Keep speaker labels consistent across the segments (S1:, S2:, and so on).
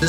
S1: 时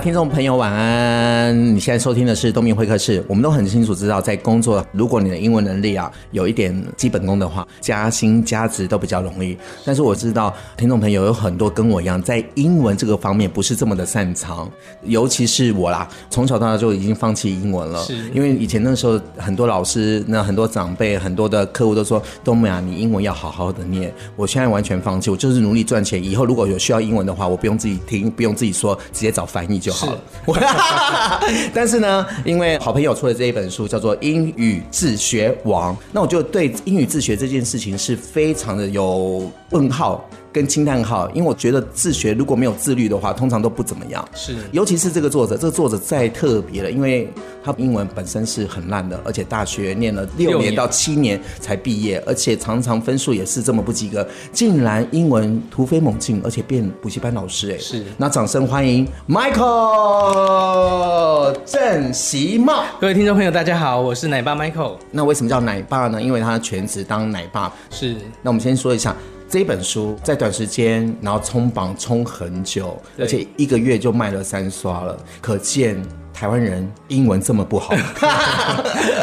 S2: 听众朋友，晚安！你现在收听的是东明会客室。我们都很清楚知道，在工作，如果你的英文能力啊有一点基本功的话，加薪加职都比较容易。但是我知道，听众朋友有很多跟我一样，在英文这个方面不是这么的擅长，尤其是我啦，从小到大就已经放弃英文了。
S3: 是
S2: 因为以前那时候很多老师、那很多长辈、很多的客户都说：“东明啊，你英文要好好的念。”我现在完全放弃，我就是努力赚钱。以后如果有需要英文的话，我不用自己听，不用自己说，直接找翻译就。就好了。 但是呢，因为好朋友出了这一本书，叫做《英语自学王》，那我就对英语自学这件事情是非常的有问号。跟惊叹号，因为我觉得自学如果没有自律的话，通常都不怎么样。
S3: 是
S2: 尤其是这个作者，这个作者再特别了，因为他英文本身是很烂的，而且大学念了六
S3: 六
S2: 年
S3: 年
S2: 到七年才毕业，而且常常分数也是这么不及格，竟然英文突飞猛进，而且变补习班老师，哎，
S3: 是
S2: 那掌声欢迎 Michael 郑习茂。
S3: 各位听众朋友，大家好，我是奶爸 Michael。
S2: 那为什么叫奶爸呢？因为他全职当奶爸，
S3: 是
S2: 那我们先说一下这本书，在短时间然后冲榜冲很久，
S3: 对
S2: 而且一个月就卖了三刷了，可见台湾人英文这么不 好。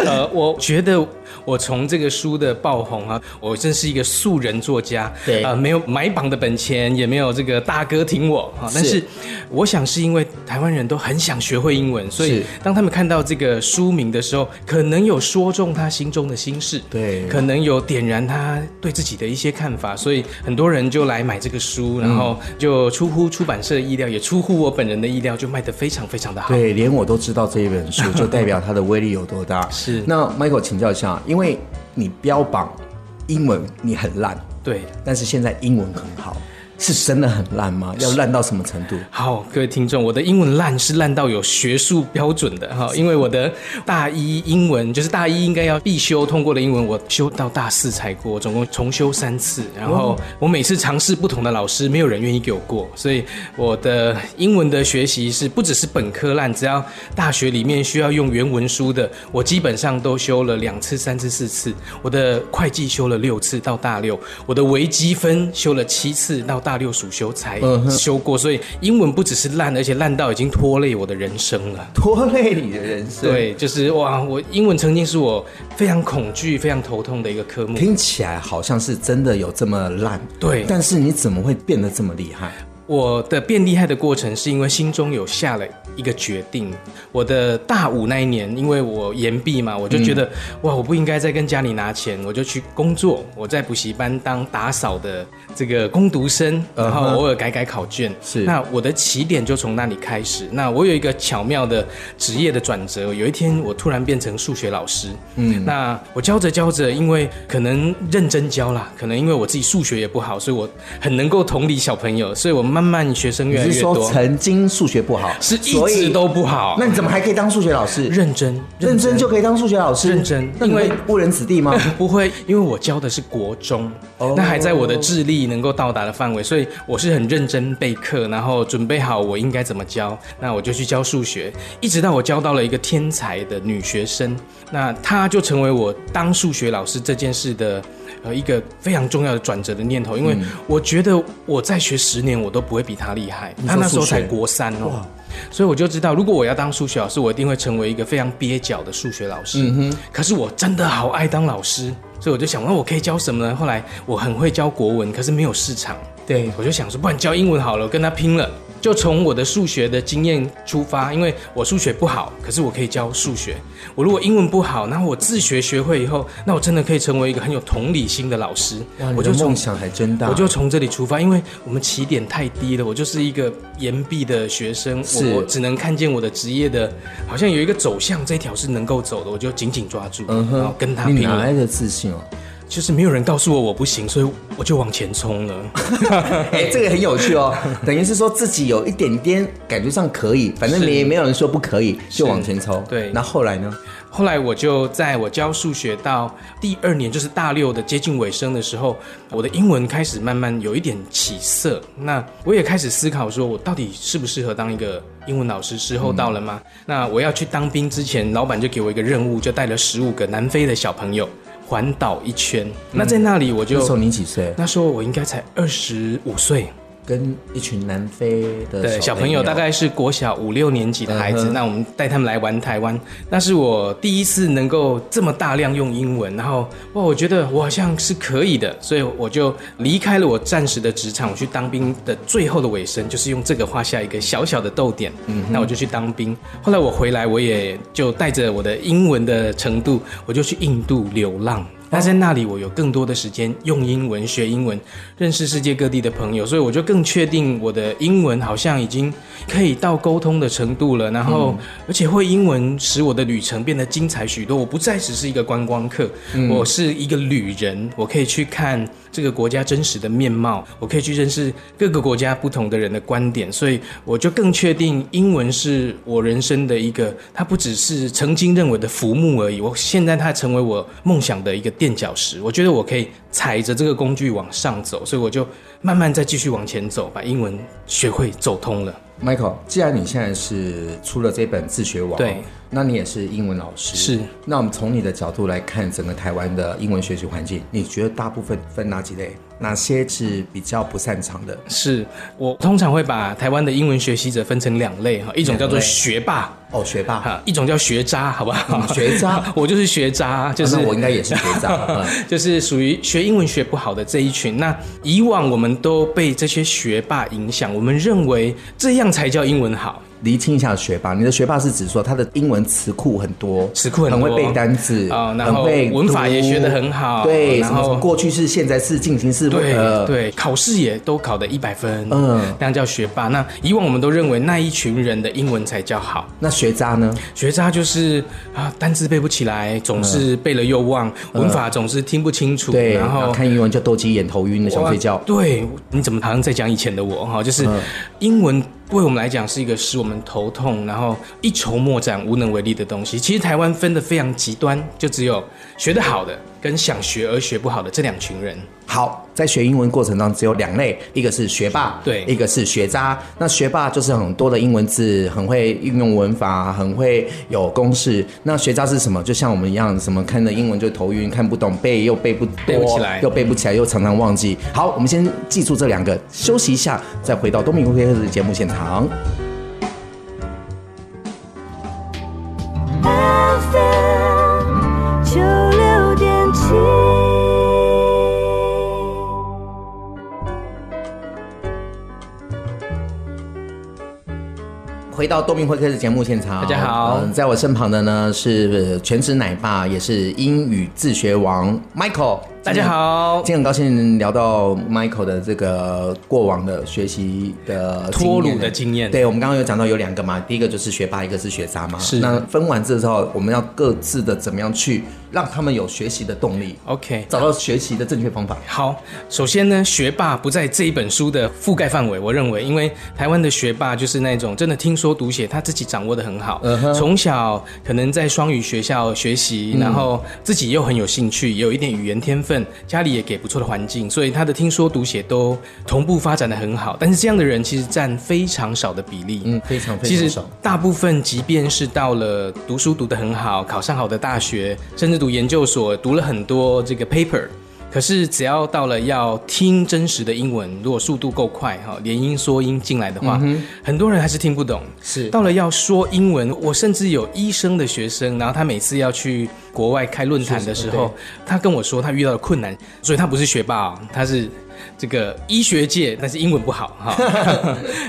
S3: 呃，我 觉得我从这个书的爆红啊，我真是一个素人作家，
S2: 对
S3: 啊、没有买榜的本钱，也没有这个大哥挺我啊。但是
S2: 是
S3: 我想是因为台湾人都很想学会英文，所以
S2: 是
S3: 当他们看到这个书名的时候，可能有说中他心中的心事，
S2: 对
S3: 可能有点燃他对自己的一些看法，所以很多人就来买这个书，然后就出乎出版社的意料，也出乎我本人的意料，就卖得非常非常的好。
S2: 对，连我都知道这一本 书，就代表它的威力有多大。
S3: 是
S2: 那 Michael 请教一下，因为你标榜英文你很烂，
S3: 对，
S2: 但是现在英文很好，是真的很烂吗？要烂到什么程度？
S3: 好，各位听众，我的英文烂是烂到有学术标准的哈，因为我的大一英文就是大一应该要必修通过的英文，我修到大四才过，总共重修三次。然后我每次尝试不同的老师，没有人愿意给我过，所以我的英文的学习是不只是本科烂，只要大学里面需要用原文书的，我基本上都修了两次、三次、四次。我的会计修了六次到大六，我的微积分修了七次到大六暑修才修过，所以英文不只是烂，而且烂到已经拖累我的人生了。
S2: 拖累你的人生。，
S3: 对，就是哇，我英文曾经是我非常恐惧、非常头痛的一个科目。
S2: 听起来好像是真的有这么烂。
S3: 对
S2: 但是你怎么会变得这么厉害？
S3: 我的变厉害的过程，是因为心中有下了一个决定。我的大五那一年，因为我延毕嘛，我就觉得、哇，我不应该再跟家里拿钱，我就去工作。我在补习班当打扫的这个工读生，然后偶尔改改考卷。
S2: 是
S3: 那我的起点就从那里开始。那我有一个巧妙的职业的转折，有一天我突然变成数学老师。嗯，那我教着教着，因为可能认真教啦，可能因为我自己数学也不好，所以我很能够同理小朋友，所以我慢慢学生越来
S2: 你
S3: 越
S2: 是说
S3: 多，
S2: 曾经数学不好，
S3: 是一
S2: 所以
S3: 直都不好。
S2: 那你怎么还可以当数学老师？
S3: 认真，
S2: 认真就可以当数学老师？
S3: 认真
S2: 那你
S3: 因为
S2: 会误人子弟 吗？
S3: 不会，因为我教的是国中，
S2: 哦
S3: 那还在我的智力能够到达的范围，所以我是很认真备课，然后准备好我应该怎么教，那我就去教数学，一直到我教到了一个天才的女学生，那她就成为我当数学老师这件事的。呃，一个非常重要的转折的念头，因
S2: 嗯
S3: 为我觉得我再学十年，我都不会比她厉害。
S2: 你
S3: 她
S2: 说
S3: 那时候
S2: 数学
S3: 才国三哦，所以我就知道，如果我要当数学老师，我一定会成为一个非常蹩脚的数学老师。
S2: 嗯
S3: 可是我真的好爱当老师，所以我就想，那我可以教什么呢？后来我很会教国文，可是没有市场。
S2: 对，
S3: 我就想说，不然教英文好了，我跟他拼了。就从我的数学的经验出发，因为我数学不好，可是我可以教数学。我如果英文不好，然后我自学学会以后，那我真的可以成为一个很有同理心的老师
S2: 哇，。你
S3: 我
S2: 的
S3: 就从
S2: 梦想还真大。
S3: 我就从这里出发，因为我们起点太低了，我就是一个岩壁的学生，
S2: 是
S3: 我我只能看见我的职业的，好像有一个走向，这条是能够走的，我就紧紧抓住，
S2: 嗯
S3: 然
S2: 哼
S3: 后，跟他
S2: 你
S3: 拼
S2: 哪
S3: 了。
S2: 来的自信哦？
S3: 就是没有人告诉我我不行，所以我就往前冲了。
S2: 哎、这个很有趣哦，等于是说自己有一点点感觉上可以，反正
S3: 是
S2: 你也没有人说不可以，就往前冲。
S3: 对
S2: 那后来呢？
S3: 后来我就在我教数学到第二年，就是大六的接近尾声的时候，我的英文开始慢慢有一点起色。那我也开始思考，说我到底适不适合当一个英文老师？时候到了吗？那我要去当兵之前，老板就给我一个任务，就带了十五个南非的小朋友环岛一圈。那在那里我就
S2: 那时候你几岁？
S3: 那时候我应该才二十五岁。
S2: 跟一群南非的
S3: 对，小朋友大概是国小五六年级的孩子，
S2: 嗯哼
S3: 那我们带他们来玩台湾，那是我第一次能够这么大量用英文，然后哇，我觉得我好像是可以的，所以我就离开了我暂时的职场，我去当兵的最后的尾声，就是用这个画下一个小小的逗点。嗯，那我就去当兵，后来我回来，我也就带着我的英文的程度，我就去印度流浪。那在那里，我有更多的时间用英文学英文，认识世界各地的朋友，所以我就更确定我的英文好像已经可以到沟通的程度了。然后，而且会英文使我的旅程变得精彩许多。我不再只是一个观光客，我是一个旅人，我可以去看这个国家真实的面貌，我可以去认识各个国家不同的人的观点。所以，我就更确定英文是我人生的一个，它不只是曾经认为的浮木而已，我现在它成为我梦想的一个垫脚石。我觉得我可以踩着这个工具往上走，所以我就慢慢再继续往前走，把英文学会走通了。
S2: Michael，既然你现在是出了这本自学网，
S3: 对，
S2: 那你也是英文老师，
S3: 是。
S2: 那我们从你的角度来看整个台湾的英文学习环境，你觉得大部分分哪几类？哪些是比较不擅长的？
S3: 是我通常会把台湾的英文学习者分成两类哈，一种叫做
S2: 两类
S3: 学霸。
S2: 哦，学霸，
S3: 哈，一种叫学渣，好不好？
S2: 嗯学渣，
S3: 我就是学渣，就是、
S2: 啊那我应该也是学渣 嗯
S3: 就是属于学英文学不好的这一群。那以往我们都被这些学霸影响，我们认为这样才叫英文好。
S2: 厘清一下学霸，你的学霸是指说他的英文词库很多，
S3: 词库很多
S2: 会背单词
S3: 啊然后
S2: 很会读
S3: 文法也学得很好
S2: 对，
S3: 然
S2: 什
S3: 后
S2: 么什么过去式、现在式、进行式，
S3: 对、
S2: 呃，
S3: 对，考试也都考得一百分，
S2: 嗯
S3: 那样叫学霸。那以往我们都认为那一群人的英文才叫好，
S2: 那学渣呢？
S3: 学渣就是啊，单字背不起来，总是背了又忘，文法总是听不清楚，
S2: 嗯对，啊
S3: 然后
S2: 看英文就斗鸡眼、头晕，想睡觉嗯
S3: 哇。啊对，你怎么好像在讲以前的我哈？就是英文对我们来讲是一个使我们头痛，然后一筹莫展、无能为力的东西。其实台湾分的非常极端，就只有学得好的跟想学而学不好的这两群人。
S2: 好，在学英文过程当中，只有两类，一个是学霸，
S3: 对
S2: 一个是学渣。那学霸就是很多的英文字，很会运用文法，很会有公式。那学渣是什么？就像我们一样，什么看的英文就头晕，看不懂，背又背不多
S3: 背不起来
S2: 又背不起来，又常常忘记。好，我们先记住这两个，休息一下，再回到东明会客室的节目现场。
S4: FM 九六点七。
S2: 回到东明会客室节目现场，
S3: 大家好
S2: 嗯，在我身旁的呢是全职奶爸，也是英语自学王 Michael。
S3: 大家好
S2: 今，天很高兴聊到 Michael 的这个过往的学习的经验
S3: 脱乳的经验
S2: 对，我们刚刚有讲到有两个嘛，第一个就是学霸，一个是学渣嘛。
S3: 是
S2: 那分完之后，我们要各自的怎么样去让他们有学习的动力，
S3: OK。
S2: 找到学习的正确方法。
S3: 好，首先呢，学霸不在这一本书的覆盖范围，我认为，因为台湾的学霸就是那种真的听说读写他自己掌握的很好，从小可能在双语学校学习，然后自己又很有兴趣，也有一点语言天分，家里也给不错的环境，所以他的听说读写都同步发展的很好。但是这样的人其实占非常少的比例，
S2: 嗯，非常非
S3: 其
S2: 常
S3: 实
S2: 少。
S3: 大部分，即便是到了读书读得很好，考上好的大学，甚至读研究所，读了很多这个 paper，可是只要到了要听真实的英文，如果速度够快哈，连音缩音进来的话，很多人还是听不懂。
S2: 是
S3: 到了要说英文，我甚至有医生的学生，然后他每次要去国外开论坛的时
S2: 是是
S3: 候，他跟我说他遇到了困难，所以他不是学霸、哦，他是这个医学界，但是英文不好哈。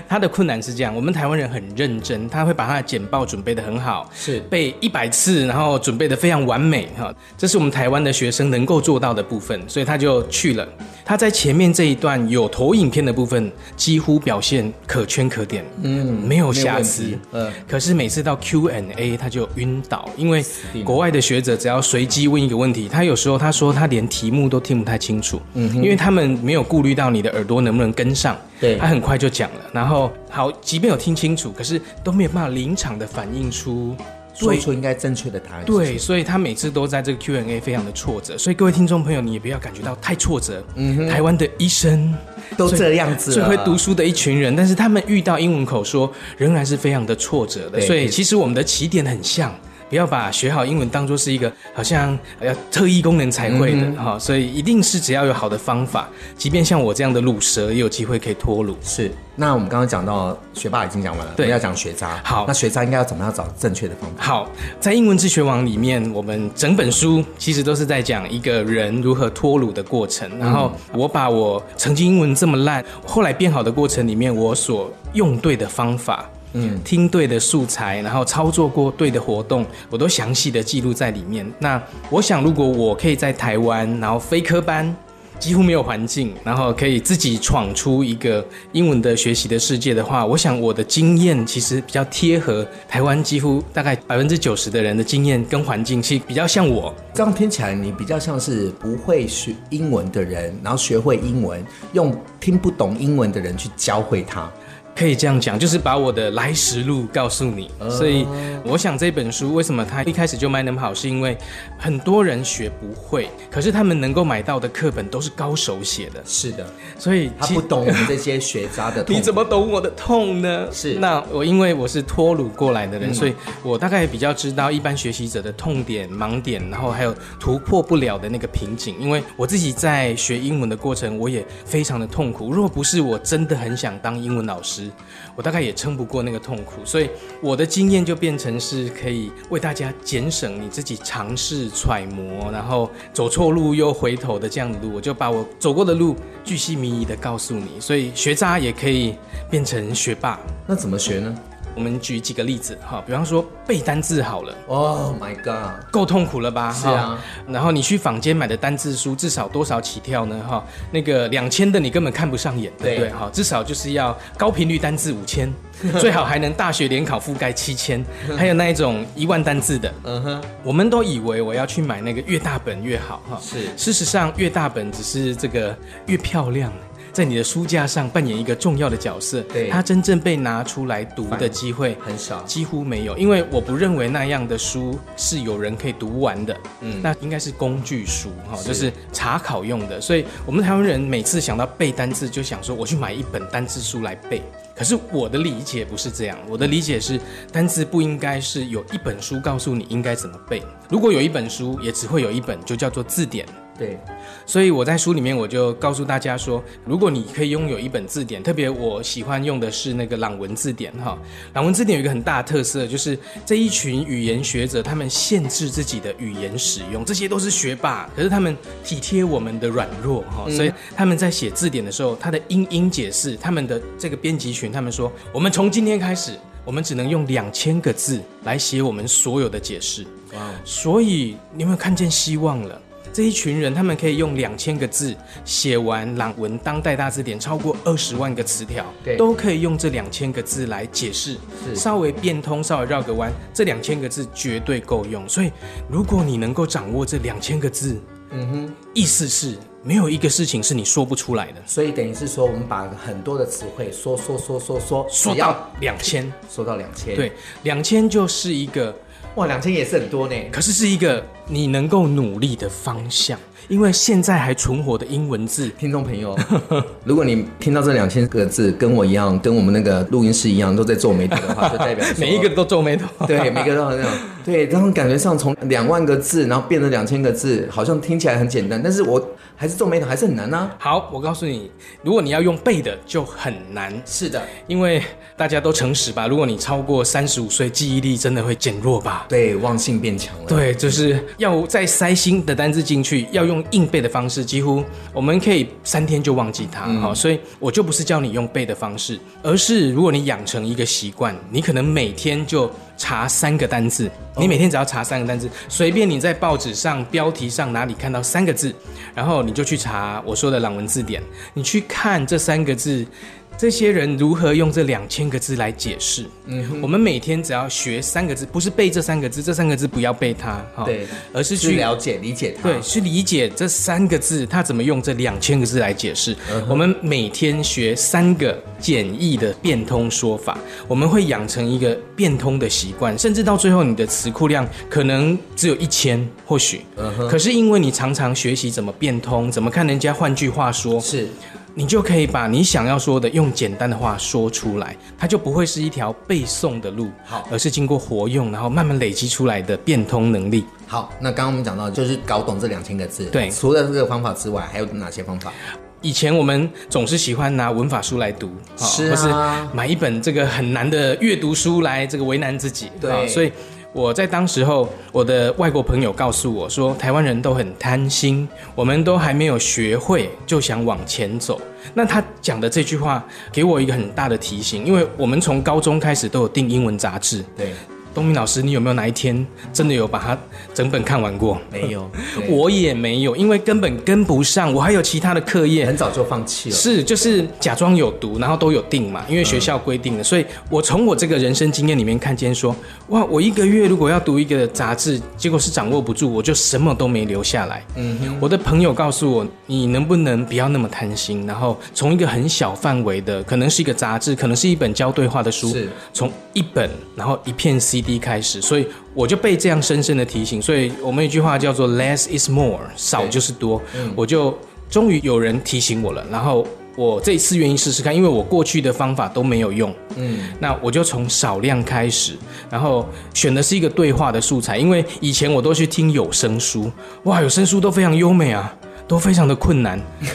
S3: 他的困难是这样，我们台湾人很认真，他会把他的简报准备的很好，
S2: 是
S3: 背一百次，然后准备的非常完美哈，这是我们台湾的学生能够做到的部分，所以他就去了。他在前面这一段有投影片的部分，几乎表现可圈可点，嗯，没有瑕疵
S2: 没有问题，嗯
S3: 可是每次到 Q&A 他就晕倒，因为
S2: 定了
S3: 国外的学者只要随机问一个问题，他有时候他说他连题目都听不太清楚，嗯，因为他们没有顾虑到你的耳朵能不能跟上，
S2: 对
S3: 他很快就讲了，然后好，即便有听清楚，可是都没有办法临场的反映出
S2: 说出应该正确的答案。
S3: 对，，所以他每次都在这个 Q&A 非常的挫折，所以各位听众朋友，你也不要感觉到太挫折。嗯台湾的医生
S2: 都
S3: 最
S2: 这样子啊
S3: 最
S2: 了
S3: 会读书的一群人，但是他们遇到英文口说仍然是非常的挫折的。
S2: 对
S3: 所以其实我们的起点很像。不要把学好英文当做是一个好像呃要特异功能才会的
S2: 嗯
S3: 哈、所以一定是只要有好的方法，即便像我这样的卤蛇，也有机会可以脱乳。
S2: 是。那我们刚刚讲到学霸已经讲完了，我
S3: 对
S2: 们要讲学渣。
S3: 好
S2: 那学渣应该要怎么样找正确的方法？
S3: 好，在英文自学网里面，我们整本书其实都是在讲一个人如何脱乳的过程。然后我把我曾经英文这么烂，后来变好的过程里面，我所用对的方法。嗯，听对的素材，然后操作过对的活动，我都详细的记录在里面。那我想，如果我可以在台湾，然后非科班，几乎没有环境，然后可以自己闯出一个英文的学习的世界的话，我想我的经验其实比较贴合台湾几乎大概百分之九十的人的经验跟环境，其实比较像我。
S2: 这样听起来，你比较像是不会学英文的人，然后学会英文，用听不懂英文的人去教会他。
S3: 可以这样讲，就是把我的来时路告诉你。所以，我想这本书为什么它一开始就卖那么好，是因为很多人学不会，可是他们能够买到的课本都是高手写的，
S2: 是的，
S3: 所以
S2: 他
S3: 其
S2: 不懂我们这些学渣的痛苦。
S3: 你怎么懂我的痛呢？
S2: 是
S3: 那我因为我是脱乳过来的人，所以我大概比较知道一般学习者的痛点、盲点，然后还有突破不了的那个瓶颈。因为我自己在学英文的过程，我也非常的痛苦。如果不是我真的很想当英文老师，我大概也撑不过那个痛苦。所以我的经验就变成是可以为大家节省你自己尝试揣摩，然后走错路又回头的这样的路，我就把我走过的路巨细靡遗的告诉你。所以学渣也可以变成学霸。
S2: 那怎么学呢
S3: 我们举几个例子哈，比方说背单字好了。
S2: ？Oh my god！
S3: 够痛苦了吧？
S2: 是啊
S3: 哈，然后你去坊间买的单字书至少多少起跳呢？哈，那个两千的你根本看不上眼，对不
S2: 对
S3: 对？哈，至少就是要高频率单字五 千，最好还能大学联考覆盖七千，还有那一种一万单字的，
S2: 嗯哼，
S3: 我们都以为我要去买那个越大本越好哈，
S2: 是
S3: 事实上越大本只是这个越漂亮。在你的书架上扮演一个重要的角色，
S2: 对
S3: 它真正被拿出来读的机会
S2: 很少
S3: 几乎没有，因为我不认为那样的书是有人可以读完的。嗯，那应该是工具书哈，就是查考用的。所以我们台湾人每次想到背单字，就想说我去买一本单字书来背。可是我的理解不是这样，我的理解是单字不应该是有一本书告诉你应该怎么背。如果有一本书，也只会有一本，就叫做字典。
S2: 对，
S3: 所以我在书里面我就告诉大家说，如果你可以拥有一本字典，特别我喜欢用的是那个朗文字典哈。朗文字典有一个很大的特色，就是这一群语言学者他们限制自己的语言使用，这些都是学霸，可是他们体贴我们的软弱哈，所以他们在写字典的时候，他的英英解释，他们的这个编辑群他们说，我们从今天开始，我们只能用两千个字来写我们所有的解释。
S2: 哇、哦
S3: 所以你有没有看见希望了？这一群人，他们可以用两千个字写完《朗文当代大字典》超过二十万个词条，
S2: 对
S3: 都可以用这两千个字来解释，
S2: 是
S3: 稍微变通，稍微绕个弯，这两千个字绝对够用。所以，如果你能够掌握这两千个字，
S2: 嗯哼。
S3: 意思是没有一个事情是你说不出来的。
S2: 所以等于是说，我们把很多的词汇说说说说说，
S3: 说
S2: 只
S3: 到
S2: 要
S3: 两千，
S2: 说到两千，，
S3: 对，两千就是一个
S2: 哇，两千也是很多呢。
S3: 可是是一个你能够努力的方向，因为现在还存活的英文字，
S2: 听众朋友， 如果你听到这两千个字，跟我一样，跟我们那个录音师一样，都在皱眉头的话，就代表 说
S3: 每一个都皱眉头。
S2: 对，每个都很那种，对，然后感觉上从两万个字，然后变成两千个字，好像听起来很简单，但是我还是皱眉头，还是很难啊。
S3: 好，我告诉你，如果你要用背的就很难，
S2: 是的，
S3: 因为大家都诚实吧。如果你超过三十五岁，记忆力真的会减弱吧。
S2: 对，忘性变强了。，
S3: 对，就是要再塞新的单字进去，要用硬背的方式，几乎我们可以三天就忘记它。好、所以我就不是教你用背的方式，而是如果你养成一个习惯，你可能每天就查三个单字，你每天只要查三个单字，随便你在报纸上标题上哪里看到三个字，然后你就去查我说的朗文字典，你去看这三个字。这些人如何用这两千个字来解释？嗯，我们每天只要学三个字，不是背这三个字，这三个字不要背它，哈
S2: 对
S3: 而是
S2: 去
S3: 去
S2: 了解理解它。
S3: 对，去理解这三个字，他怎么用这两千个字来解释。
S2: 嗯
S3: 我们每天学三个简易的变通说法，我们会养成一个变通的习惯，甚至到最后你的词库量可能只有一千，或许。
S2: 嗯
S3: 可是因为你常常学习怎么变通，怎么看人家，换句话说，
S2: 是
S3: 你就可以把你想要说的用简单的话说出来，它就不会是一条背诵的路，
S2: 好
S3: 而是经过活用，然后慢慢累积出来的变通能力。
S2: 好，那刚刚我们讲到就是搞懂这两千个字。
S3: 对
S2: 除了这个方法之外，还有哪些方法？
S3: 以前我们总是喜欢拿文法书来读，哦
S2: 是
S3: 或
S2: 啊
S3: 是买一本这个很难的阅读书来这个为难自己。
S2: 对
S3: 哦所以我在当时候，我的外国朋友告诉我说，台湾人都很贪心，我们都还没有学会就想往前走。那他讲的这句话给我一个很大的提醒，因为我们从高中开始都有订英文杂志。
S2: 对，
S3: 东明老师，你有没有哪一天真的有把它整本看完过？
S2: 没有，对
S3: 我也没有，因为根本跟不上，我还有其他的课业。
S2: 很早就放弃了。
S3: 是，就是假装有毒，然后都有定嘛，因为学校规定的，所以我从我这个人生经验里面看见说，哇，我一个月如果要读一个杂志，结果是掌握不住，我就什么都没留下来。嗯，我的朋友告诉我，你能不能不要那么贪心，然后从一个很小范围的，可能是一个杂志，可能是一本教对话的书
S2: 是，
S3: 从一本然后一片 CD 开始，所以我就被这样深深的提醒，所以我们有一句话叫做 “less is more”，少就是多，我就终于有人提醒我了，然后我这一次愿意试试看，因为我过去的方法都没有用，嗯，那我就从少量开始，然后选的是一个对话的素材，因为以前我都去听有声书，哇，有声书都非常优美啊。都非常的困难，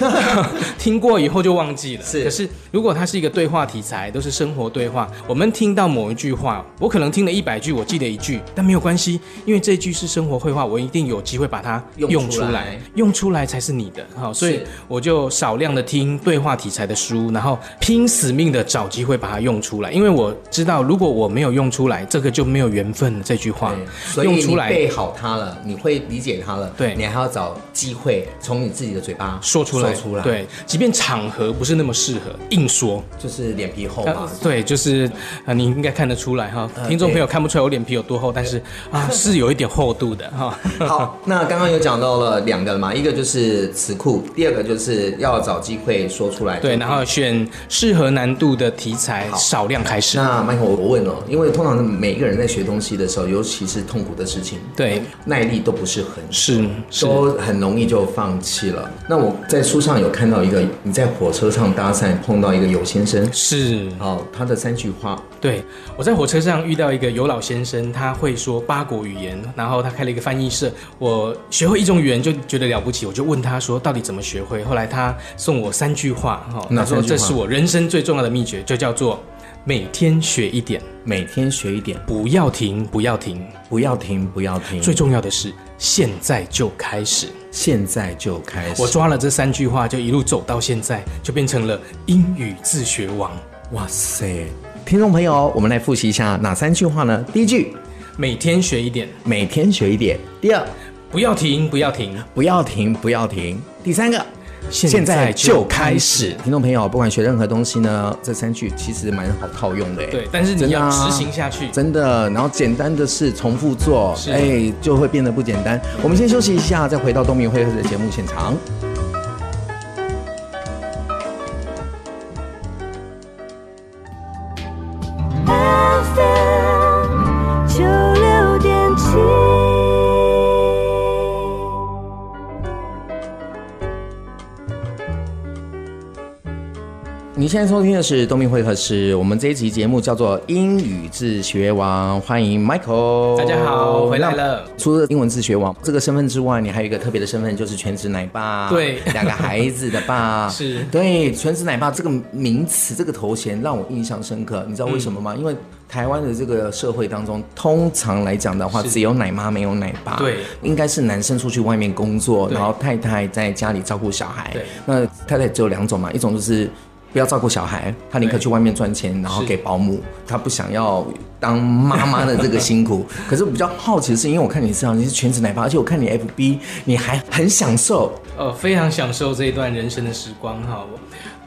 S3: 听过以后就忘记了。
S2: 是
S3: 可是如果它是一个对话题材，都是生活对话，我们听到某一句话，我可能听了一百句，我记得一句，但没有关系，因为这句是生活绘画，我一定有机会把它
S2: 用
S3: 用
S2: 出
S3: 出来
S2: 来，
S3: 用出来才是你的。好，所以
S2: 是
S3: 我就少量的听对话题材的书，然后拼死命的找机会把它用出来，因为我知道如果我没有用出来，这个就没有缘分了。这句话
S2: 对所以
S3: 啊用
S2: 你
S3: 出来
S2: 背好它了，你会理解它了，
S3: 对
S2: 你还要找机会从你自己的嘴巴
S3: 说出来，
S2: 说出来，，
S3: 对，即便场合不是那么适合，硬说。
S2: 就是脸皮厚
S3: 呃
S2: 嘛，
S3: 对，就是啊，你应该看得出来
S2: 啊
S3: 哈，听众朋友看不出来我脸皮有多厚，但是 啊是有一点厚度的哈。
S2: 好，那刚刚有讲到了两个了嘛，一个就是词库，第二个就是要找机会说出来。
S3: 对，然后选适合难度的题材，少量开始。
S2: 那 Michael，我问哦，因为通常每一个人在学东西的时候，尤其是痛苦的事情，
S3: 对，
S2: 耐力都不是很，
S3: 是是，
S2: 都很容易就放弃了。那我在书上有看到一个，你在火车上搭讪碰到一个有先生，
S3: 是，
S2: 好，他的三句话，
S3: 对我在火车上遇到一个有老先生，他会说八国语言，然后他开了一个翻译社，我学会一种语言就觉得了不起，我就问他说到底怎么学会，后来他送我三句话哈，
S2: 哪
S3: 他说
S2: 三句
S3: 这
S2: 话
S3: 是我人生最重要的秘诀，就叫做每天学一点，
S2: 每天学一点，
S3: 不要停，不要停，
S2: 不要停，不要停，
S3: 最重要的是现在就开始。
S2: 现在就开始。
S3: 我抓了这三句话，就一路走到现在，就变成了英语自学王。
S2: 哇塞，听众朋友，我们来复习一下哪三句话呢？第一句，
S3: 每天学一点，
S2: 每天学一点；第二，
S3: 不要停，不要停，
S2: 不要停，不要停；第三个，
S3: 现在就开始。
S2: 听众朋友，不管学任何东西呢，这三句其实蛮好套用的。
S3: 对，但是你
S2: 真的
S3: 要
S2: 啊
S3: 执行下去。
S2: 真的，然后简单的事重复做，
S3: 是
S2: 哎、就会变得不简单。我们先休息一下，再回到东明会的节目现场。
S4: FM 九六点七。
S2: 你现在收听的是东明会客室，我们这一集节目叫做《英语自学王》，欢迎 Michael。
S3: 大家好，回来
S2: 那
S3: 了。
S2: 除了英文自学王这个身份之外，你还有一个特别的身份，就是全职奶爸，
S3: 对
S2: 两个孩子的爸，
S3: 是
S2: 对全职奶爸这个名词、这个头衔让我印象深刻。你知道为什么
S3: 嗯
S2: 吗？因为台湾的这个社会当中，通常来讲的话，
S3: 是
S2: 只有奶妈没有奶爸，
S3: 对
S2: 应该是男生出去外面工作，
S3: 对
S2: 然后太太在家里照顾小孩
S3: 对。
S2: 那太太只有两种嘛，一种就是。不要照顾小孩，她宁可
S3: 对
S2: 去外面赚钱，然后
S3: 是
S2: 给保姆，她不想要当妈妈的这个辛 苦。可是我比较好奇的是，因为我看你身上你是全职奶爸，而且我看你 FB 你还很享受，
S3: 呃，非常享受这一段人生的时光哈。我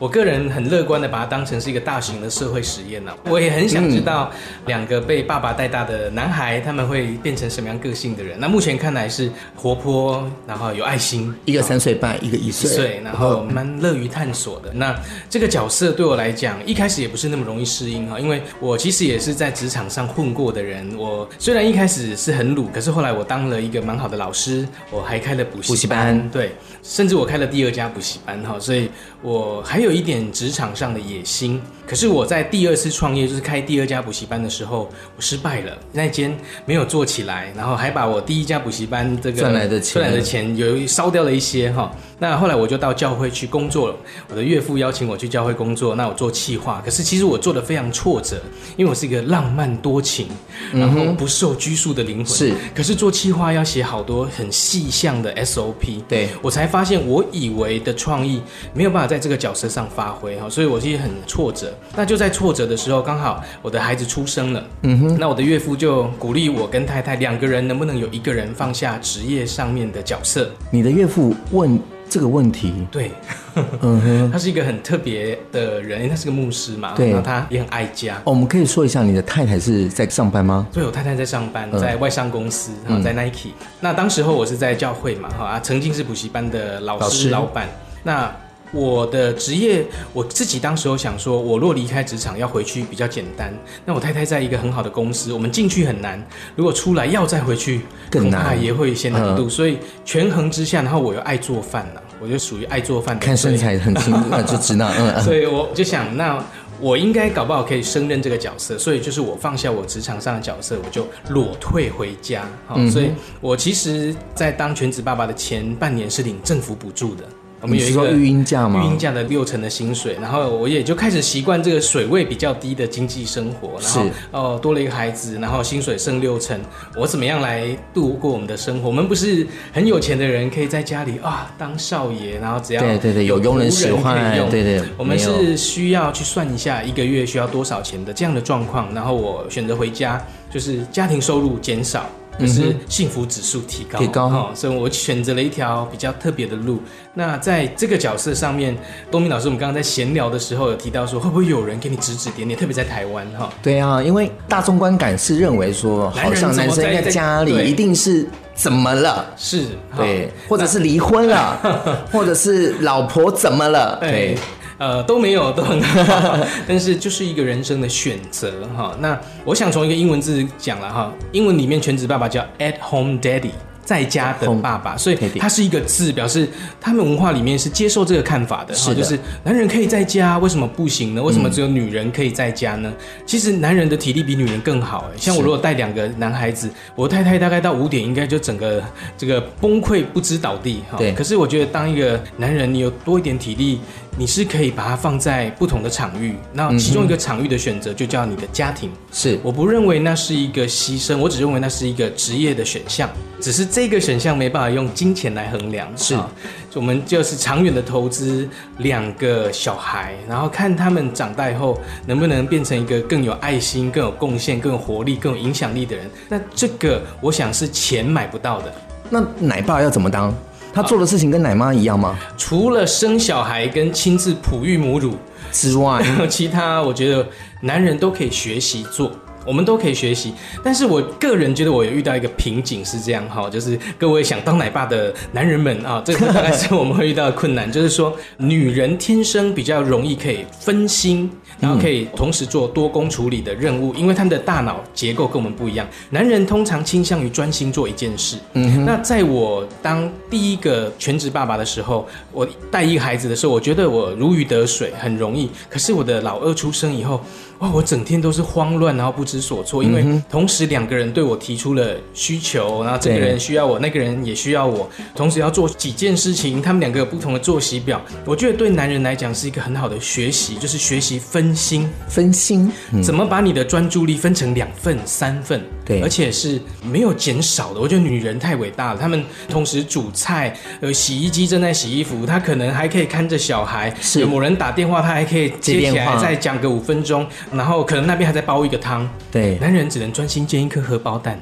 S3: 我个人很乐观的把它当成是一个大型的社会实验呢、啊我也很想知道两个被爸爸带大的男孩，他们会变成什么样个性的人。那目前看来是活泼，然后有爱心，
S2: 一个三岁半，一个一
S3: 几岁
S2: 岁，，
S3: 然后蛮乐于探索的。那这个角色对我来讲，一开始也不是那么容易适应哈，因为我其实也是在职场上混过的人。我虽然一开始是很鲁，可是后来我当了一个蛮好的老师，我还开了补习
S2: 补习班
S3: 对，甚至我开了第二家补习班哈，所以我还有一点职场上的野心。可是我在第二次创业，就是开第二家补习班的时候，我失败了，那间没有做起来，然后还把我第一家补习班这个
S2: 赚来的钱
S3: 赚来的钱有烧掉了一些哈。那后来我就到教会去工作了，我的岳父邀请我去教会工作，那我做企划，可是其实我做的非常挫折，因为我是一个浪漫多情，然后不受拘束的灵魂。
S2: 嗯是，
S3: 可是做企划要写好多很细项的 SOP，
S2: 对
S3: 我才发现我以为的创意没有办法在这个角色上发挥哈，所以我其实很挫折。那就在挫折的时候，刚好我的孩子出生了，嗯哼，那我的岳父就鼓励我跟太太两个人能不能有一个人放下职业上面的角色，
S2: 你的岳父问这个问题，
S3: 对，
S2: 嗯哼，
S3: 他是一个很特别的人，因为他是个牧师嘛，
S2: 对
S3: 然后他也很爱家。
S2: 哦，我们可以说一下你的太太是在上班吗？
S3: 所以我太太在上班，
S2: 嗯
S3: 在外商公司，然后在 Nike。那当时候我是在教会嘛，哈啊，曾经是补习班的老
S2: 老师
S3: 师、老板。那我的职业，我自己当时候想说，我若离开职场要回去比较简单。那我太太在一个很好的公司，我们进去很难，如果出来要再回去，
S2: 更
S3: 恐怕
S2: 难嗯
S3: 也会有一些难度。所以权衡之下，然后我又爱做饭了，我就属于爱做饭的。
S2: 看身材 很清，那就知道， 嗯嗯，
S3: 所以我就想，那我应该搞不好可以胜任这个角色，所以就是我放下我职场上的角色，我就裸退回家。好、
S2: 嗯
S3: 所以我其实，在当全职爸爸的前半年是领政府补助的。我们
S2: 你
S3: 有
S2: 是
S3: 一
S2: 说
S3: 个
S2: 育婴假吗
S3: 育婴假的六成的薪水，然后我也就开始习惯这个水位比较低的经济生活，然后
S2: 是
S3: 哦、多了一个孩子，然后薪水剩六成，我怎么样来度过我们的生活？我们不是很有钱的人，可以在家里啊当少爷，然后只要
S2: 对对对有
S3: 仆
S2: 佣人使
S3: 可以
S2: 唤
S3: 用
S2: 对对
S3: 我们
S2: 没有
S3: 是需要去算一下一个月需要多少钱的这样的状况，然后我选择回家，就是家庭收入减少，可是幸福指数提高，
S2: 嗯提高
S3: 哦，所以我选择了一条比较特别的路。那在这个角色上面，东明老师，我们刚刚在闲聊的时候有提到说，会不会有人给你指指点点，特别在台湾哈、
S2: 对啊，因为大众观感是认为说，
S3: 男人
S2: 好像男生
S3: 怎么在
S2: 在家
S3: 对
S2: 里一定是怎么了。
S3: 是，哈
S2: 对，或者是离婚了，或者是老婆怎么了？
S3: 对
S2: 对，，
S3: 呃，都没有，都很 好，但是就是一个人生的选择哈。那我想从一个英文字讲了哈，英文里面全职爸爸叫 at home daddy。在家的
S2: Home
S3: 爸爸，所以
S2: daddy
S3: 它是一个字，表示他们文化里面是接受这个看法的，哈
S2: 是的
S3: 就是男人可以在家，为什么不行呢？为什么只有女人可以在家呢？其实男人的体力比女人更好，哎像我
S2: 是
S3: 如果带两个男孩子，我太太大概到五点应该就整个这个崩溃不知倒地哈。
S2: 对
S3: 可是我觉得当一个男人，你有多一点体力，你是可以把它放在不同的场域，那其中一个场域的选择就叫你的家庭。
S2: 是
S3: 我不认为那是一个牺牲，我只认为那是一个职业的选项，只是这个选项没办法用金钱来衡量。
S2: 是
S3: 啊我们就是长远的投资两个小孩，然后看他们长大以后能不能变成一个更有爱心、更有贡献、更有活力、更有影响力的人。那这个我想是钱买不到的。
S2: 那奶爸要怎么当？他做的事情跟奶妈一样吗？
S3: 除了生小孩跟亲自哺育母乳，
S2: 之外，
S3: 其他我觉得男人都可以学习做。我们都可以学习，但是我个人觉得我有遇到一个瓶颈是这样哈，就是各位想当奶爸的男人们啊，这个大概是我们会遇到的困难，就是说女人天生比较容易可以分心，然后可以同时做多工处理的任务，因为他们的大脑结构跟我们不一样，男人通常倾向于专心做一件事。嗯，那在我当第一个全职爸爸的时候，我带一个孩子的时候，我觉得我如鱼得水，很容易。可是我的老二出生以后，哇，我整天都是慌乱，然后不知所措，因为同时两个人对我提出了需求，然后这个
S2: 对
S3: 人需要我，那个人也需要我，同时要做几件事情，他们两个有不同的作息表。我觉得对男人来讲是一个很好的学习，就是学习分心，
S2: 分心，
S3: 怎么把你的专注力分成两份、三份。
S2: 嗯对
S3: 而且是没有减少的。我觉得女人太伟大了，她们同时煮菜，呃，洗衣机正在洗衣服，她可能还可以看着小孩，
S2: 是
S3: 有某人打电话，她还可以
S2: 接
S3: 接起
S2: 电
S3: 来
S2: 话
S3: 再讲个五分钟，然后可能那边还在煲一个汤。
S2: 对
S3: 男人只能专心煎一颗荷包 蛋。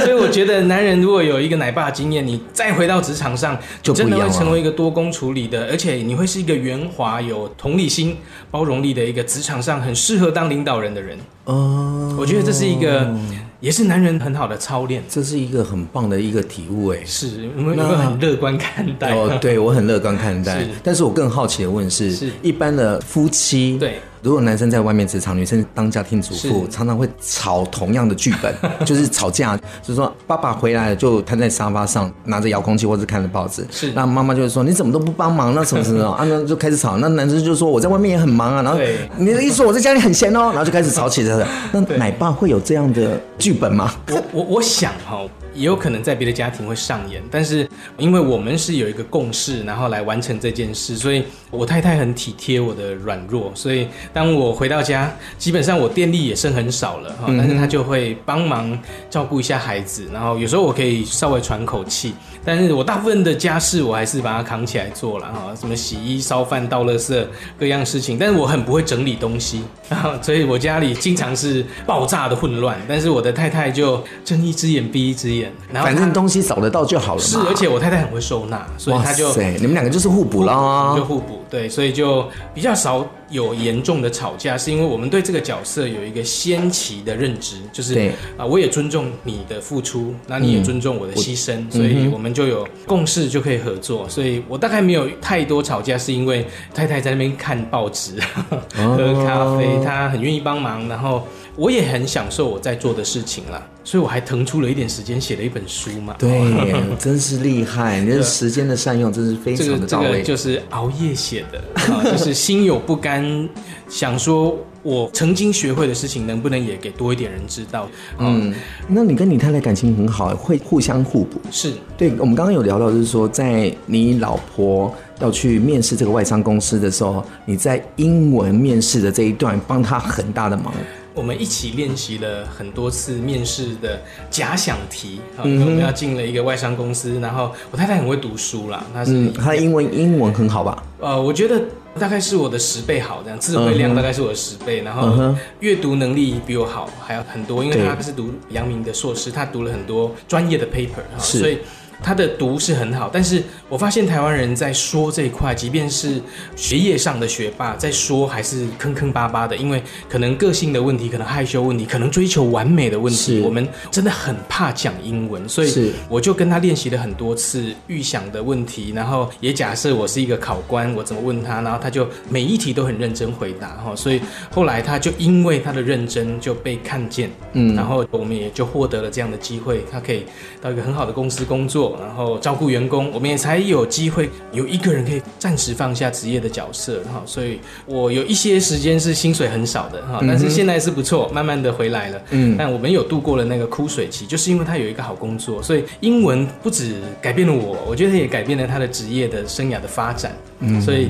S3: 所以我觉得，男人如果有一个奶爸的经验，你再回到职场上，
S2: 就
S3: 你真的
S2: 不一
S3: 会
S2: 样了
S3: 成为一个多工处理的，而且你会是一个圆滑、有同理心、包容力的一个职场上很适合当领导人的人。
S2: 哦，
S3: 我觉得这是一个，也是男人很好的操练。
S2: 这是一个很棒的一个体悟哎。
S3: 是，我们有没有很乐观看待？
S2: 哦，对我很乐观看待
S3: 是，
S2: 但是我更好奇的问是，
S3: 是
S2: 一般的夫妻，
S3: 对，
S2: 如果男生在外面职场，女生当家庭主妇，
S3: 是
S2: 常常会吵同样的剧 本，就是吵架，就是说爸爸回来了就瘫在沙发上，拿着遥控器或者看着报纸，
S3: 是
S2: 那妈妈就会说你怎么都不帮忙，那什么什 么啊，那就开始吵，那男生就说我在外面也很忙啊，然后
S3: 对
S2: 你的意思说我在家里很闲哦，然后就开始吵起来 了。那
S3: 对
S2: 奶爸会有这样的剧本吗？
S3: 我我我想哈、也有可能在别的家庭会上演，但是因为我们是有一个共识，然后来完成这件事，所以我太太很体贴我的软弱，所以当我回到家，基本上我电力也剩很少了哈、但是她就会帮忙照顾一下孩子，然后有时候我可以稍微喘口气，但是我大部分的家事我还是把它扛起来做了哈、什么洗衣、烧饭、倒垃圾各样事情，但是我很不会整理东西， 然后所以我家里经常是爆炸的混乱，但是我的太太就睁一只眼闭一只眼，然后她
S2: 反正东西找得到就好了嘛。
S3: 是，而且我太太很会收纳，所以她就
S2: 哇塞，你们两个就是互补啦
S3: 就。互补，对，所以就比较少有严重的吵架，是因为我们对这个角色有一个先期的认知，就是
S2: 对
S3: 啊、我也尊重你的付出，那你也
S2: 嗯
S3: 尊重我的牺牲，所以我们就有共识就可以合作。所以我大概没有太多吵架，是因为太太在那边看报纸、
S2: 哦
S3: 喝咖啡，她很愿意帮忙，然后我也很享受我在做的事情啦，所以我还腾出了一点时间写了一本书嘛。
S2: 对， 真是厉害！你这时间的善用真是非
S3: 这
S2: 常
S3: 个
S2: 的
S3: 这
S2: 到位。
S3: 个就是熬夜写的，啊， 就是心有不甘，想说我曾经学会的事情能不能也给多一点人知道？嗯，
S2: 那你跟你太太感情很好，会互相互补。
S3: 是
S2: 对，我们刚刚有聊到，就是说，在你老婆要去面试这个外商公司的时候，你在英文面试的这一段帮她很大的忙。
S3: 我们一起练习了很多次面试的假想题，
S2: 嗯
S3: 啊，因为我们要进了一个外商公司，然后我太太很会读书啦，她是
S2: 嗯，她的英文英文很好吧？
S3: 呃，我觉得大概是我的十倍好，这样智慧量大概是我的十倍，然
S2: 嗯
S3: 后
S2: 哼
S3: 阅读能力比我好还要很多，因为
S2: 对
S3: 他是读阳明的硕士，他读了很多专业的 paper 哈，
S2: 是
S3: 所以。他的读是很好，但是我发现台湾人在说这一块，即便是学业上的学霸，在说还是坑坑巴巴的，因为可能个性的问题，可能害羞问题，可能追求完美的问
S2: 是
S3: 题，我们真的很怕讲英文，所以。所
S2: 是
S3: 以我就跟他练习了很多次预想的问题，然后也假设我是一个考官，我怎么问他，然后他就每一题都很认真回答哈、所以后来他就因为他的认真就被看见，嗯，然后我们也就获得了这样的机会，他可以到一个很好的公司工作，然后照顾员工，我们也才有机会有一个人可以暂时放下职业的角色哈、所以我有一些时间是薪水很少的
S2: 嗯
S3: 哈、但是现在是不错，慢慢的回来了，嗯，但我们有度过了那个枯水期，就是因为他有一个好工作，所以英文不止改变了我，我觉得也改变了他的职业的生涯的发展，嗯，所以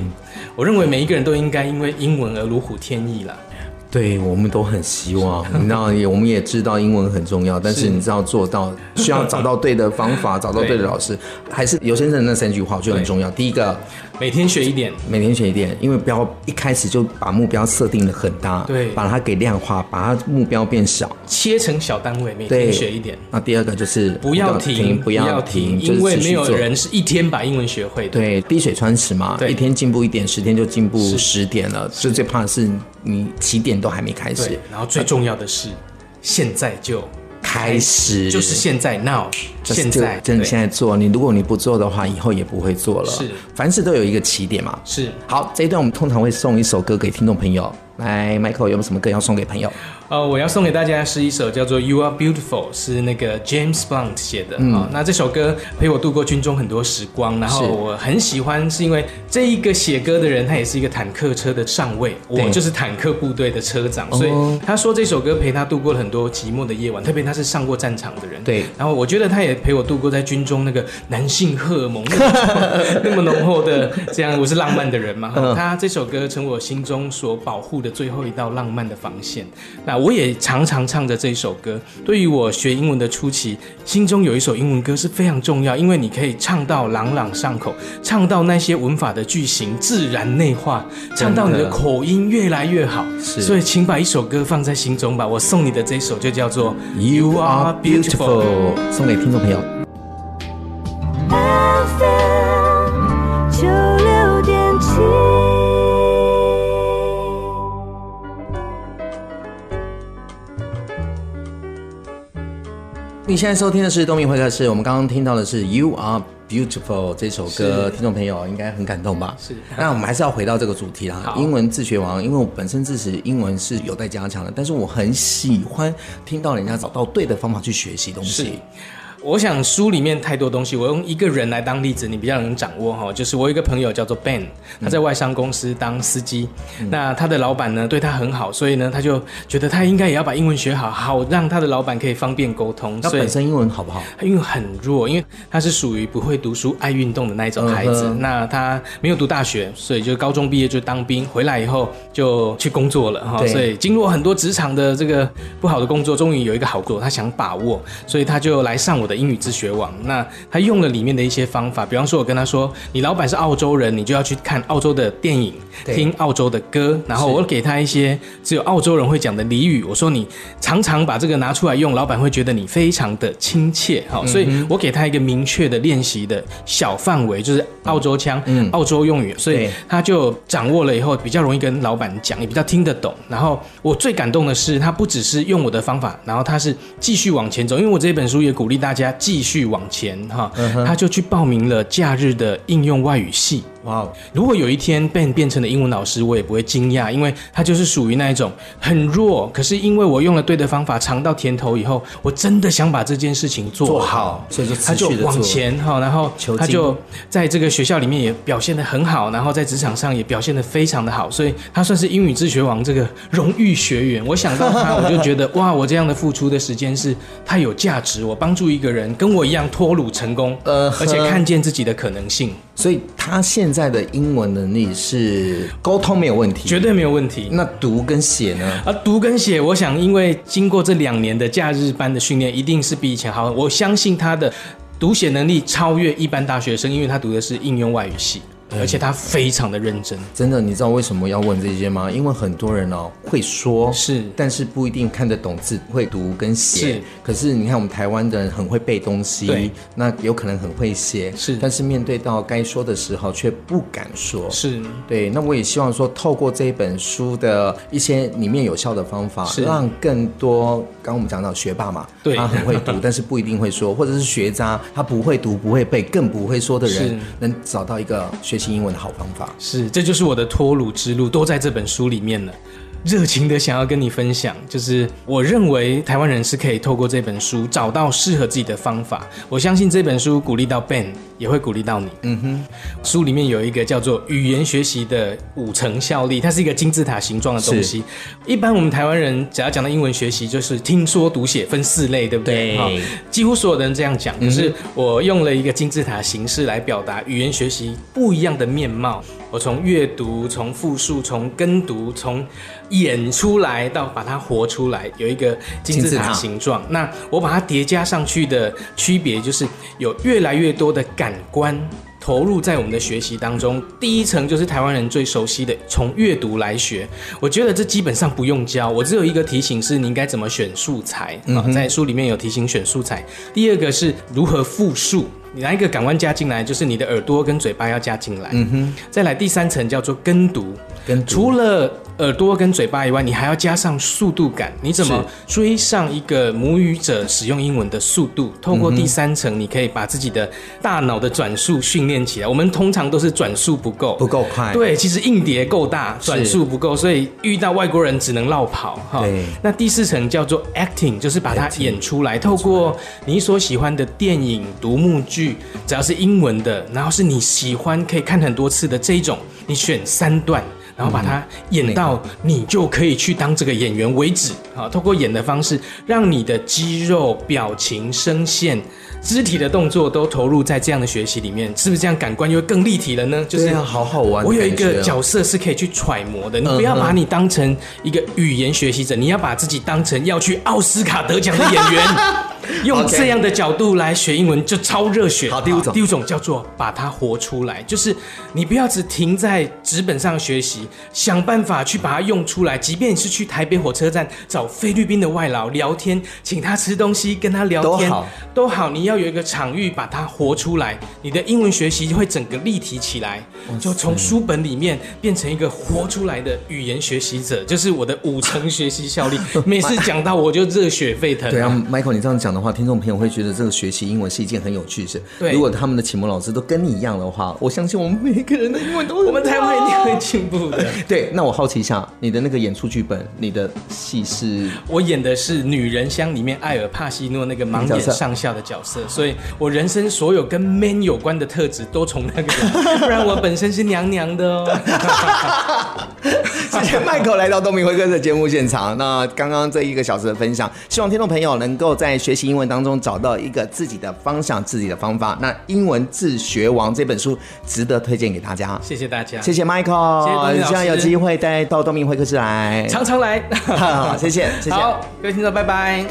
S3: 我认为每一个人都应该因为英文而如虎添翼啦，
S2: 对我们都很希望，你知道，也我们也知道英文很重要，但是
S3: 是
S2: 你知道做到需要找到对的方 法，找到对的
S3: 对
S2: 老师，还是尤先生的那三句话，我觉得很
S3: 对
S2: 重要。第一个，
S3: 每天学一点，
S2: 每天学一点，因为不要一开始就把目标设定的很大，
S3: 对
S2: 把它给量化，把它目标变小。
S3: 切成小单位，每
S2: 对，
S3: 天学一点。
S2: 那第二个就是
S3: 不要停，
S2: 不要停，就是
S3: 因为
S2: 持续
S3: 没有
S2: 做
S3: 人是一天把英文学会的。
S2: 对滴水穿石嘛，
S3: 对
S2: 一天进步一点，十天就进步
S3: 是
S2: 十点了。就最怕的是你起点都还没开始
S3: 对，，然后最重要的是，现在就
S2: 开始
S3: 就是现在 now，
S2: 就是
S3: 现在
S2: 就真的
S3: 对
S2: 现在做，你如果你不做的话，以后也不会做了。
S3: 是
S2: 凡事都有一个起点嘛。
S3: 是
S2: 好，这一段我们通常会送一首歌给听众朋友。来，Michael 有没有什么歌要送给朋友？
S3: 呃，我要送给大家是一首叫做《You Are Beautiful》，是那个 James Blunt 写的啊、
S2: 嗯
S3: 哦那这首歌陪我度过军中很多时光，然后
S2: 是
S3: 我很喜欢，是因为这一个写歌的人，他也是一个坦克车的上尉，
S2: 对哦
S3: 我就是坦克部队的车长，所以他说这首歌陪他度过了很多寂寞的夜晚，特别他是上过战场的人。
S2: 对
S3: 然后我觉得他也陪我度过在军中那个男性荷尔蒙那 嗯么那么浓厚的这样，我是浪漫的人嘛。哈他这首歌成我心中所保护的最后一道浪漫的防线。那我也常常唱着这首歌。对于我学英文的初期，心中有一首英文歌是非常重要，因为你可以唱到朗朗上口，唱到那些文法的句型自然内化，唱到你
S2: 真的
S3: 的口音越来越好。
S2: 是
S3: 所以请把一首歌放在心中吧。我送你的这首就叫做《You Are Beautiful》。
S2: 送给听众朋友。
S4: FM 九六点七。
S2: 你现在收听的是东明会客室，我们刚刚听到的是《You Are Beautiful》这首歌，
S3: 是
S2: 听众朋友应该很感动吧？
S3: 是
S2: 那我们还是要回到这个主题啦，
S3: 好
S2: 英文自学王，因为我本身自己英文是有待加强的，但是我很喜欢听到人家找到对的方法去学习东西。
S3: 我想书里面太多东西，我用一个人来当例子，你比较能掌握哈。就是我有一个朋友叫做 Ben，他在外商公司当司机，那他的老板呢对他很好，所以呢他就觉得他应该也要把英文学好，好让他的老板可以方便沟通。
S2: 他
S3: 所以
S2: 本身英文好不好？
S3: 他因为很弱，因为他是属于不会读书、爱运动的那一种孩子。
S2: 嗯哼
S3: 那他没有读大学，所以就高中毕业就当兵，回来以后就去工作了哈。
S2: 对
S3: 所以经过很多职场的这个不好的工作，终于有一个好工作，他想把握，所以他就来上我的英语自学网。那他用了里面的一些方法，比方说，我跟他说，你老板是澳洲人，你就要去看澳洲的电影，
S2: 对
S3: 听澳洲的歌，然后
S2: 是
S3: 我给他一些只有澳洲人会讲的俚语，我说你常常把这个拿出来用，老板会觉得你非常的亲切哈、所以我给他一个明确的练习的小范围，就是澳洲腔、
S2: 嗯
S3: 澳洲用语，所以
S2: 对
S3: 他就掌握了以后，比较容易跟老板讲，也比较听得懂。然后我最感动的是，他不只是用我的方法，然后他是继续往前走，因为我这本书也鼓励大家继续往前哈、他就去报名了假日的应用外语系。
S2: 哇哦，
S3: 如果有一天 Ben 变成了英文老师，我也不会惊讶，因为他就是属于那一种很弱，可是因为我用了对的方法，尝到甜头以后，我真的想把这件事情做好，
S2: 做好所以就持续
S3: 他就
S2: 地做
S3: 往前哈，然后
S2: 求
S3: 他
S2: 精
S3: 就在这个学校里面也表现得很好，然后在职场上也表现得非常的好，所以他算是英语自学王这个荣誉学员。我想到他，我就觉得哇，我这样的付出的时间是太有价值，我帮助一个人跟我一样脱乳成功，
S2: 呃
S3: 而且
S2: 呵
S3: 看见自己的可能性，
S2: 所以他现在的英文能力是沟通没有问题，
S3: 绝对没有问题。
S2: 那读跟写呢？
S3: 而啊读跟写，我想因为经过这两年的假日班的训练，一定是比以前好。我相信他的读写能力超越一般大学生，因为他读的是应用外语系，而且他非常的认真。
S2: 真的，你知道为什么要问这些吗？因为很多人哦会说
S3: 是
S2: 但是不一定看得懂字，会读跟写。
S3: 是
S2: 可是你看我们台湾的人很会背东
S3: 对
S2: 西，那有可能很会写，
S3: 是
S2: 但是面对到该说的时候却不敢说，
S3: 是，
S2: 对，那我也希望说，透过这一本书的一些里面有效的方法
S3: 是，
S2: 让更多刚刚我们讲到学霸嘛，
S3: 对
S2: 他很会 读，但是不一定会说，或者是学渣，他不会读、不会背、更不会说的
S3: 是
S2: 人，能找到一个学习英文的好方法。
S3: 是，这就是我的脱乳之路，都在这本书里面了。热情的想要跟你分享，就是我认为台湾人是可以透过这本书找到适合自己的方法。我相信这本书鼓励到 Ben，也会鼓励到你。嗯哼，书里面有一个叫做语言学习的五层效力，它是一个金字塔形状的东西。一般我们台湾人只要讲到英文学习，就是听说读写分四类，对不对？
S2: 对
S3: 哈几乎所有的人这样讲，可是我用了一个金字塔形式来表达语言学习不一样的面貌。我从阅读、从复述、从跟读、从演出来到把它活出来，有一个金
S2: 金
S3: 字
S2: 字
S3: 塔
S2: 塔
S3: 形状。那我把它叠加上去的区别，就是有越来越多的感官。投入在我们的学习当中，第一层就是台湾人最熟悉的，从阅读来学。我觉得这基本上不用教，我只有一个提醒是，你应该怎么选素材啊、在书里面有提醒选素材。第二个是如何复述，你拿一个感官加进来，就是你的耳朵跟嘴巴要加进来。嗯哼。再来第三层叫做跟读，
S2: 跟读
S3: 除了耳朵跟嘴巴以外，你还要加上速度感，你怎么追上一个母语者使用英文的速度？透过第三层，你可以把自己的大脑的转速训练起来。我们通常都是转速不够，
S2: 不够快
S3: 对，其实硬碟够大，转速不够，所以遇到外国人只能绕跑哈
S2: 对。
S3: 那第四层叫做 acting，就是把它
S2: acting
S3: 演出来，透过你所喜欢的电影、独幕剧，只要是英文的，然后是你喜欢可以看很多次的这一种，你选三段。然后把它演到你就可以去当这个演员为止啊！透过演的方式，让你的肌肉、表情、声线、肢体的动作都投入在这样的学习里面，是不是这样感官就会更立体了呢？就是
S2: 对啊好好玩的
S3: 我有一
S2: 感觉
S3: 个
S2: 哦
S3: 角色是可以去揣摩的，你
S2: 嗯
S3: 不要
S2: 嗯
S3: 把你当成一个语言学习者，你要把自己当成要去奥斯卡得奖的 演员，用
S2: OK
S3: 这样的角度来学英文就超热血。
S2: 好第五种
S3: 第五种叫做把它活出来，就是你不要只停在纸本上学习，想办法去把它用出来。即便是去台北火车站找菲律宾的外劳聊天，请他吃东西，跟他聊天
S2: 都好，
S3: 都好，你要有一个场域把它活出来，你的英文学习会整个立体起来，就从书本里面变成一个活出来的语言学习者，就是我的五成学习 效率。每次讲到我就热血沸腾。
S2: 对啊，Michael，你这样讲的话，听众朋友会觉得这个学习英文是一件很有趣的事。
S3: 对
S2: 如果他们的启蒙老师都跟你一样的话，我相信我们每个人的英文都很
S3: 我们台湾一定会进步的。
S2: 对。那我好奇一下，你的那个演出剧本，你的戏是
S3: 我演的是《女人香》里面艾尔帕西诺那个盲眼上校的角色，所以我人生所有跟 man 有关的特质都从那个来，不然我本身是娘娘的哦。
S2: 谢 谢 Michael 来到东明辉哥的节目现场。那刚刚这一个小时的分享，希望听众朋友能够在学习英文当中找到一个自己的方向、自己的方法。那《英文自学王》这本书值得推荐给大家。
S3: 谢谢大家，
S2: 谢谢
S3: 谢谢东
S2: Michael，
S3: 明老师
S2: 希望有机会再到东明会客室来。
S3: 常常来，
S2: 好 谢谢谢谢
S3: 好，各位听众，拜拜。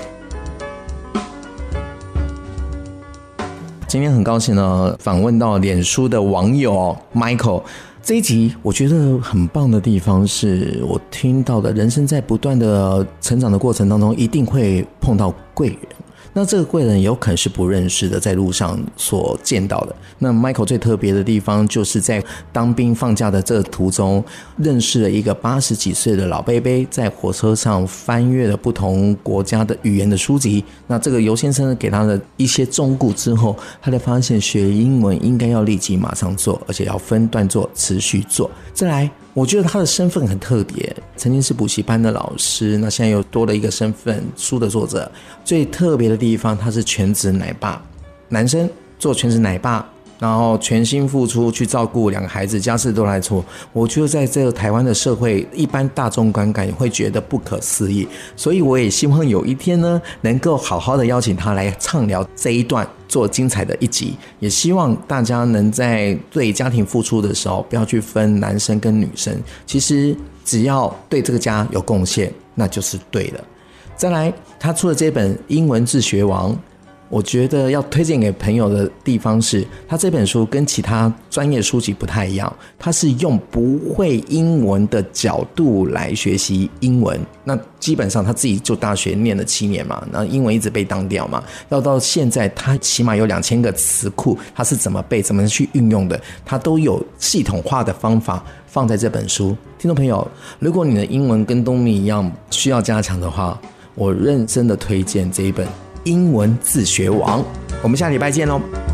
S2: 今天很高兴呢，访问到脸书的网友 Michael。这一集我觉得很棒的地方是我听到的，人生在不断的成长的过程当中，一定会碰到贵人。那这个贵人有可能是不认识的，在路上所见到的。那 Michael 最特别的地方，就是在当兵放假的这个途中，认识了一个八十几岁的老伯伯，在火车上翻阅了不同国家的语言的书籍。那这个尤先生呢，给他的一些忠告之后，他才发现学英文应该要立即马上做，而且要分段做，持续做。再来，我觉得他的身份很特别，曾经是补习班的老师，那现在又多了一个身份，书的作者。最特别的地方，他是全职奶爸，男生做全职奶爸，然后全心付出去照顾两个孩子，家事都来做。我觉得在这个台湾的社会，一般大众观感也会觉得不可思议，所以我也希望有一天呢，能够好好的邀请他来畅聊这一段。做精彩的一集，也希望大家能在对家庭付出的时候，不要去分男生跟女生。其实只要对这个家有贡献，那就是对的。再来，他出的这本《英文自学王》，我觉得要推荐给朋友的地方是，他这本书跟其他专业书籍不太一样，他是用不会英文的角度来学习英文。那基本上他自己就大学念了七年嘛，然后英文一直被当掉嘛，要到现在他起码有两千个词库，他是怎么背、怎么去运用的，他都有系统化的方法放在这本书。听众朋友，如果你的英文跟东明一样需要加强的话，我认真的推荐这一本《英文自学王》。我们下礼拜见喽，哦